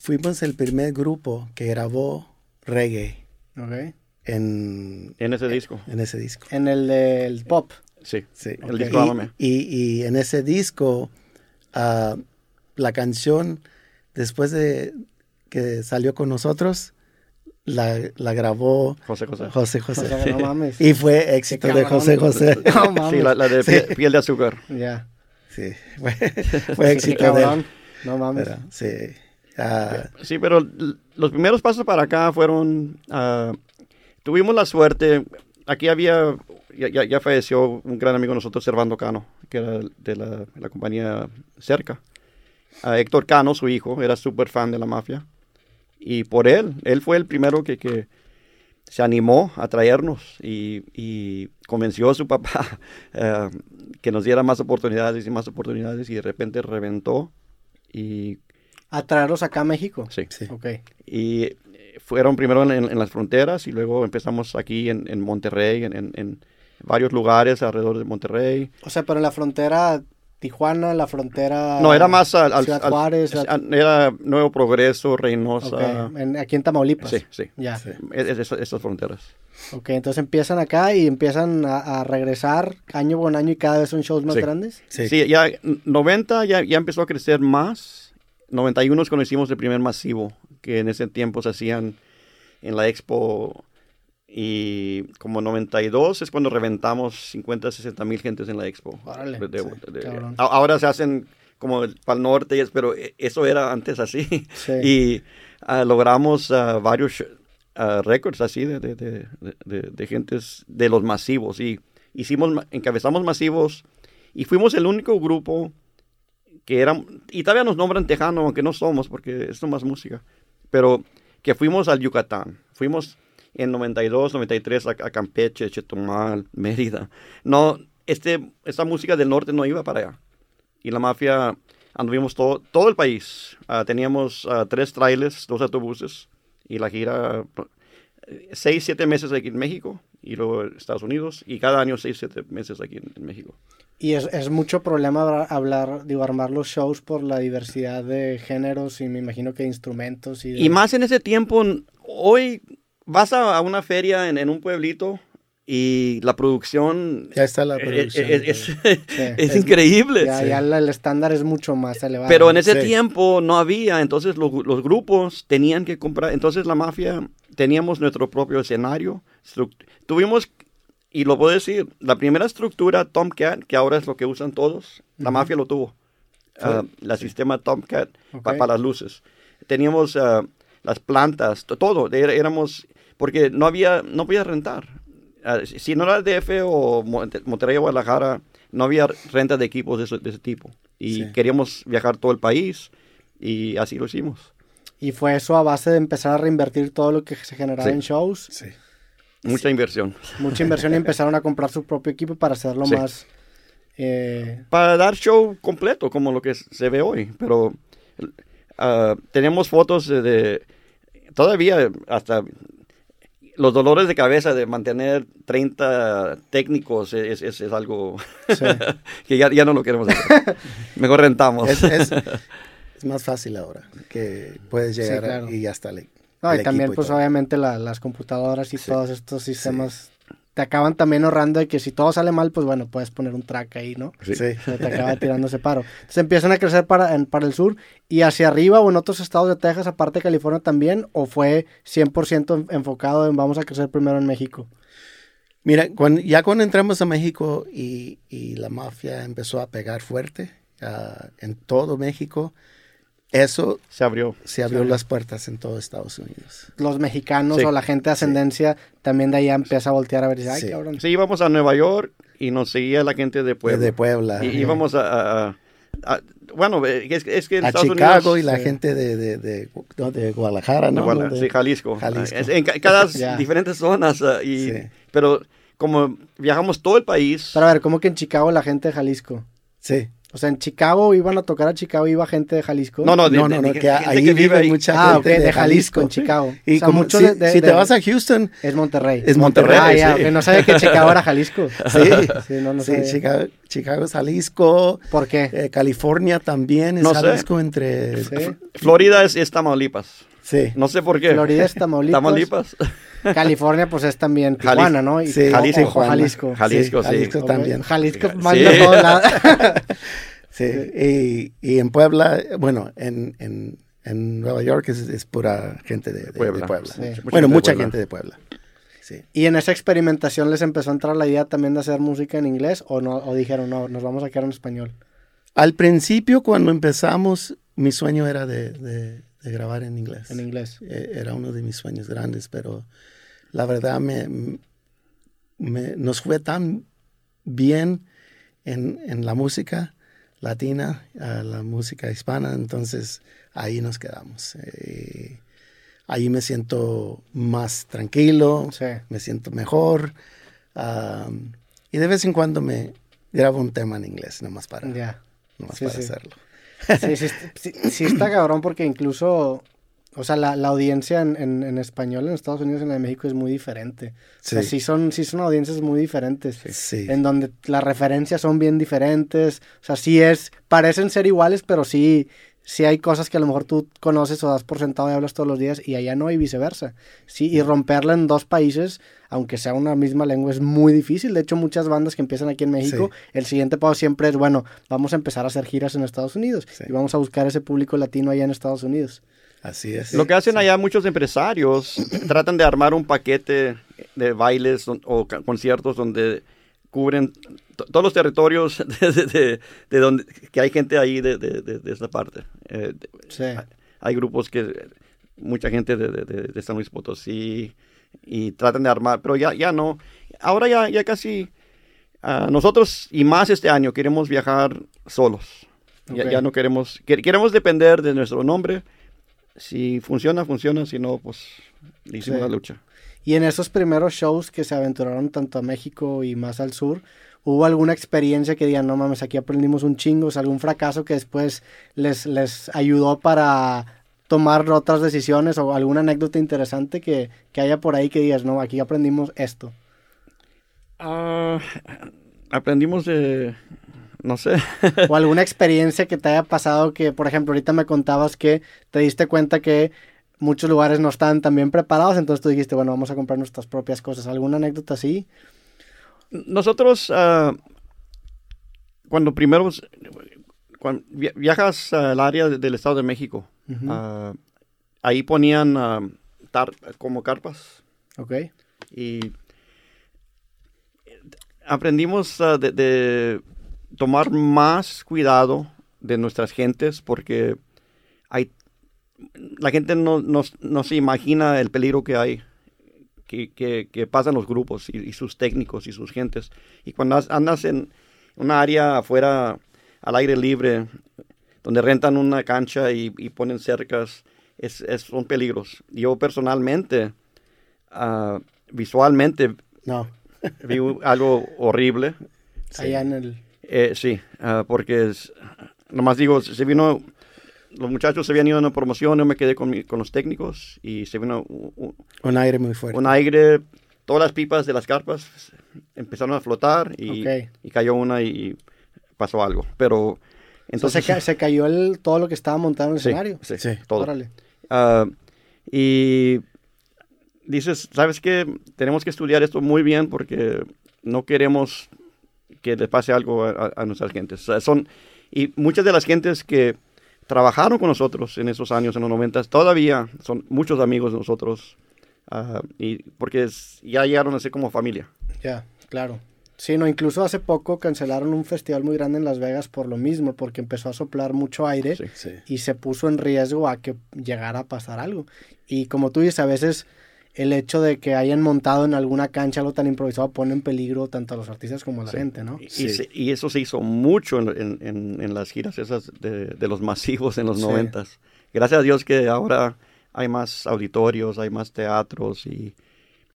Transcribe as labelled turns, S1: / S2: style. S1: fuimos el primer grupo que grabó reggae
S2: Ok.
S1: en,
S3: En
S2: Eh,
S3: ese disco.
S1: en ese disco.
S2: En el del pop.
S3: Sí.
S1: Sí.
S3: El
S1: Ok.
S3: disco
S1: Y-
S3: Ámame.
S1: Y, y en ese disco, ah, la canción, después de que salió con nosotros, la, la grabó
S3: José José.
S1: José
S2: O
S1: José.
S2: sea, no mames.
S1: Y fue éxito
S2: Qué
S1: de
S2: cabrón.
S1: José José.
S2: No mames.
S3: Sí, la, la de pie- piel de azúcar.
S2: Ya.
S1: Sí, fue, fue
S2: Sí,
S1: éxito de
S2: cabrón. No mames.
S1: Pero, sí. Ah,
S3: Sí, pero l- los primeros pasos para acá fueron... ah, tuvimos la suerte... Aquí había... Ya, ya- ya falleció un gran amigo de nosotros, Servando Cano, que era de la, la compañía Cerca. Ah, Héctor Cano, su hijo, era súper fan de la mafia. Y por él, él fue el primero que, que se animó a traernos y, y convenció a su papá eh, que nos diera más oportunidades y más oportunidades y de repente reventó y
S2: A traerlos acá a México.
S3: sí.
S1: sí.
S2: Ok.
S3: Y eh, fueron primero en, en- en las fronteras y luego empezamos aquí en, en Monterrey, en, en- en varios lugares alrededor de Monterrey.
S2: O sea, pero en la frontera Tijuana, en la frontera.
S3: No, era más al... al-
S2: Ah, Ciudad
S3: al-
S2: Juárez. la-
S3: a- era Nuevo Progreso, Reynosa.
S2: ok, en- aquí en Tamaulipas.
S3: Sí, sí.
S2: Ya.
S1: Sí.
S3: Es- es- esas- esas fronteras.
S2: Ok, entonces empiezan acá y empiezan a, a regresar año con año y cada vez son shows más
S3: Sí.
S2: grandes.
S1: Sí.
S3: Sí, ya n- 90 ya, ya empezó a crecer más. 91 es cuando hicimos el primer masivo, que en ese tiempo se hacían en la expo. Y como 92 es cuando reventamos 50, 60 mil gentes en la expo.
S2: Órale,
S3: De- de-
S2: sí,
S3: de-
S2: cabrón.
S3: a- ahora se hacen como el- para el norte, y es- pero e- eso era antes así.
S2: Sí.
S3: Y ah, logramos ah, varios sh- ah, récords así de, de, de- de- de- de gentes, de los masivos. Y hicimos, ma- encabezamos masivos y fuimos el único grupo que era, y todavía nos nombran tejano, aunque no somos, porque es más música, pero que fuimos al Yucatán. Fuimos en 92, 93 a, a Campeche, Chetumal, Mérida. No, este, esta música del norte no iba para allá. Y la mafia anduvimos todo, todo el país. Ah, teníamos ah, tres trailers, dos autobuses y la gira eh, seis, siete meses aquí en México y luego en Estados Unidos y cada año seis, siete meses aquí en, en México.
S2: Y es, es mucho problema hablar- hablar, digo, armar los shows por la diversidad de géneros y me imagino que de instrumentos y... de-
S3: Y más en ese tiempo, n- hoy vas a, a una feria en, en un pueblito y la producción...
S1: Ya está la
S3: eh,
S1: producción.
S3: eh, es, es
S2: es-
S3: increíble.
S2: Ya, ya la- el estándar es mucho más elevado.
S3: Pero en ese
S1: Sí.
S3: tiempo no había, entonces lo- los grupos tenían que comprar, entonces la mafia teníamos nuestro propio escenario, estru- tuvimos, y lo puedo decir, la primera estructura Tomcat, que ahora es lo que usan todos, la mafia lo tuvo, Ah, la sistema Tomcat pa-
S2: Ok.
S3: para las luces. Teníamos ah, las plantas, to- todo, Era- éramos, porque no había, no podía rentar. Ah, si- si no era DF o Monte- Monterrey o Guadalajara, no había renta de equipos de ese, de ese tipo. Y
S1: Sí.
S3: queríamos viajar todo el país y así lo hicimos.
S2: Y fue eso a base de empezar a reinvertir todo lo que se generaba
S3: Sí.
S2: en shows.
S1: Sí.
S3: Mucha inversión.
S2: Mucha inversión y empezaron a comprar su propio equipo para hacerlo
S3: Sí.
S2: más... eh,
S3: Para dar show completo, como lo que s- se ve hoy. Pero ah, tenemos fotos de, de- Todavía hasta los dolores de cabeza de mantener 30 técnicos es, es- es algo
S2: sí.
S3: que ya, ya no lo queremos hacer. Mejor rentamos.
S1: Es, es- es más fácil ahora que puedes llegar
S2: Sí, claro.
S1: y ya está. el-
S2: No,
S1: el
S2: y también,
S1: equipo
S2: pues
S1: todo.
S2: obviamente la- las computadoras y todos estos sistemas te acaban también ahorrando de que si todo sale mal, pues bueno, puedes poner un track ahí, ¿no?
S1: Sí.
S2: Pero te acaba tirando ese paro. Entonces empiezan a crecer para, en- para el sur y hacia arriba o en otros estados de Texas, aparte de California también, o fue 100% en- enfocado en vamos a crecer primero en México.
S1: Mira, cuando- ya cuando entramos a México y, y la mafia empezó a pegar fuerte ah, en todo México, eso
S3: Se abrió.
S1: se abrió las puertas en todo Estados Unidos.
S2: Los mexicanos
S3: Sí.
S2: o la gente de ascendencia también de allá empieza a voltear a ver, y dice, ay,
S1: Sí.
S2: cabrón.
S3: Sí, íbamos a Nueva York y nos seguía la gente de Puebla.
S1: De Puebla.
S3: Y íbamos a, a- a- bueno, eh, es, es que en
S1: a
S3: Estados
S1: Chicago
S3: Unidos,
S1: y la
S3: eh,
S1: gente de, de, de- no, de Guadalajara, ¿no?
S3: de Guadalajara,
S1: De-
S3: sí, Jalisco.
S1: Jalisco.
S3: Es- en ca- cada
S2: Ya.
S3: diferentes zonas. eh, y,
S1: Sí.
S3: Pero como viajamos todo el país,
S2: Pero a ver, ¿cómo que en Chicago la gente de Jalisco?
S1: Sí.
S2: O O sea, en Chicago iban a tocar a Chicago, iba gente de Jalisco.
S3: No, no, de-
S1: No,
S3: de-
S1: no, no,
S3: de
S1: que
S3: gente
S1: ahí
S3: que
S1: vive,
S3: vive ahí.
S1: mucha
S2: Ah,
S1: gente
S2: ok,
S1: de
S2: de
S1: Jalisco.
S2: Jalisco, en Chicago.
S1: Y
S2: O sea,
S1: como
S2: mucho
S1: si,
S2: de- de-
S1: si te
S2: de-
S1: vas a Houston,
S2: Es Monterrey.
S1: es Monterrey.
S2: Ah, ya,
S1: sí.
S2: ok, no sabía que Chicago era Jalisco.
S1: Sí.
S2: Sí, no, no
S1: Sí,
S2: sabía.
S1: Chicago, Chicago es Jalisco,
S2: ¿Por qué?
S1: eh, California también es
S3: No sé.
S1: Jalisco entre...
S2: Sí.
S3: Florida es, es Tamaulipas.
S1: Sí.
S3: No sé por qué.
S2: Florida es Tamaulipas.
S3: Tamaulipas.
S2: California, pues es también
S3: Jalisco.
S2: Tijuana, ¿no? Y-
S1: Sí,
S2: o-
S3: Jalisco.
S2: ojo, Jalisco.
S3: Jalisco, sí.
S1: Jalisco
S2: Ok,
S1: también.
S2: Jalisco,
S3: Sí.
S2: más de todos lados.
S1: Sí, Y, y en Puebla, bueno, en, en, en Nueva York es, es pura gente de de- de Puebla.
S3: Puebla.
S2: Sí.
S3: Mucha-
S1: bueno, mucha
S3: Puebla.
S1: gente de Puebla. Sí.
S2: ¿Y en esa experimentación les empezó a entrar la idea también de hacer música en inglés o no o dijeron, no, nos vamos a quedar en español?
S1: Al principio, cuando empezamos, mi sueño era de, de- de grabar en inglés.
S2: En inglés.
S1: Eh, Era uno de mis sueños grandes, pero la verdad me, me- nos fue tan bien en, en la música latina, a la música hispana, entonces ahí nos quedamos. Eh, ahí me siento más tranquilo,
S2: Sí.
S1: me siento mejor. am, y de vez en cuando me grabo un tema en inglés, nomás para,
S2: Ya.
S1: nomás
S2: Sí,
S1: para
S2: sí.
S1: hacerlo.
S2: Sí, sí, sí, sí está cabrón porque incluso, o sea, la, la audiencia en, en- en español en Estados Unidos y en la de México es muy diferente. Sí. O sea, sí son, sí son audiencias muy diferentes.
S1: Sí.
S2: En donde las referencias son bien diferentes. O sea, sí es, parecen ser iguales, pero sí, sí hay cosas que a lo mejor tú conoces o das por sentado y hablas todos los días y allá no y viceversa. Sí, y romperla en dos países, aunque sea una misma lengua, es muy difícil. De hecho, muchas bandas que empiezan aquí en México, el siguiente paso siempre es, bueno, vamos a empezar a hacer giras en Estados Unidos
S1: Sí.
S2: y vamos a buscar ese público latino allá en Estados Unidos.
S1: Así es.
S3: Lo que hacen
S1: Sí.
S3: allá muchos empresarios, tratan de armar un paquete de bailes don- o ca- conciertos donde cubren to- todos los territorios de, de- de- de donde que hay gente ahí de, de- de- de esta parte. Eh, de-
S2: Sí.
S3: hay grupos que mucha gente de, de- de- de San Luis Potosí y tratan de armar, pero ya, ya no. Ahora ya, ya casi ah, nosotros y más este año queremos viajar solos. Ya,
S2: Ok.
S3: ya no queremos, que- queremos depender de nuestro nombre. Si funciona, funciona, si no, pues le hicimos
S2: Sí.
S3: la lucha.
S2: Y en esos primeros shows que se aventuraron tanto a México y más al sur, ¿hubo alguna experiencia que digan, no mames, aquí aprendimos un chingo, o sea, algún fracaso que después les, les ayudó para tomar otras decisiones o alguna anécdota interesante que, que haya por ahí que digas, no, aquí aprendimos esto?
S3: Ah, aprendimos de, no sé,
S2: o alguna experiencia que te haya pasado que, por ejemplo, ahorita me contabas que te diste cuenta que muchos lugares no estaban tan bien preparados, entonces tú dijiste, bueno, vamos a comprar nuestras propias cosas. ¿Alguna anécdota así?
S3: Nosotros, ah, cuando primero cuan- via- viajas al área de- del Estado de México,
S2: Ujú.
S3: ah, ahí ponían ah, tar- como carpas
S2: ¿Ok?
S3: y aprendimos ah, de, de tomar más cuidado de nuestras gentes porque hay, la gente no, no- no se imagina el peligro que hay, que, que- que pasan los grupos y, y sus técnicos y sus gentes. Y cuando has- andas en una área afuera, al aire libre, donde rentan una cancha y, y ponen cercas, es, es- son peligros. Yo personalmente, ah, visualmente,
S1: No.
S3: vi u- algo horrible.
S2: Allá en el...
S3: Eh, sí, ah, porque es- nomás digo, se vino, los muchachos se habían ido a una promoción, yo me quedé con, mi- con los técnicos y se vino u- u-
S1: Un aire muy fuerte.
S3: un aire, todas las pipas de las carpas empezaron a flotar y,
S2: Ok.
S3: y cayó una y pasó algo. Pero
S2: Entonces
S3: entonces...
S2: se, ca- se cayó el, todo lo que estaba montado en el
S3: sí,
S2: escenario.
S3: sí,
S1: Sí.
S3: todo.
S2: Órale.
S3: Ah, y dices, ¿sabes qué? Tenemos que estudiar esto muy bien porque no queremos que le pase algo a, a- a nuestras gentes. O sea, son, y muchas de las gentes que trabajaron con nosotros en esos años, en los 90, todavía son muchos amigos de nosotros. ah, y porque es- ya llegaron a ser como familia.
S2: Ya, claro. Sí, no, incluso hace poco cancelaron un festival muy grande en Las Vegas por lo mismo, porque empezó a soplar mucho aire.
S3: Sí.
S1: Sí.
S2: y se puso en riesgo a que llegara a pasar algo. Y como tú dices, a veces el hecho de que hayan montado en alguna cancha algo tan improvisado pone en peligro tanto a los artistas como a la
S3: Sí.
S2: gente, ¿no?
S3: Y,
S1: Sí.
S3: se- y eso se hizo mucho en, en- en- en las giras esas de, de los masivos en los
S2: Sí.
S3: noventas. Gracias a Dios que ahora hay más auditorios, hay más teatros y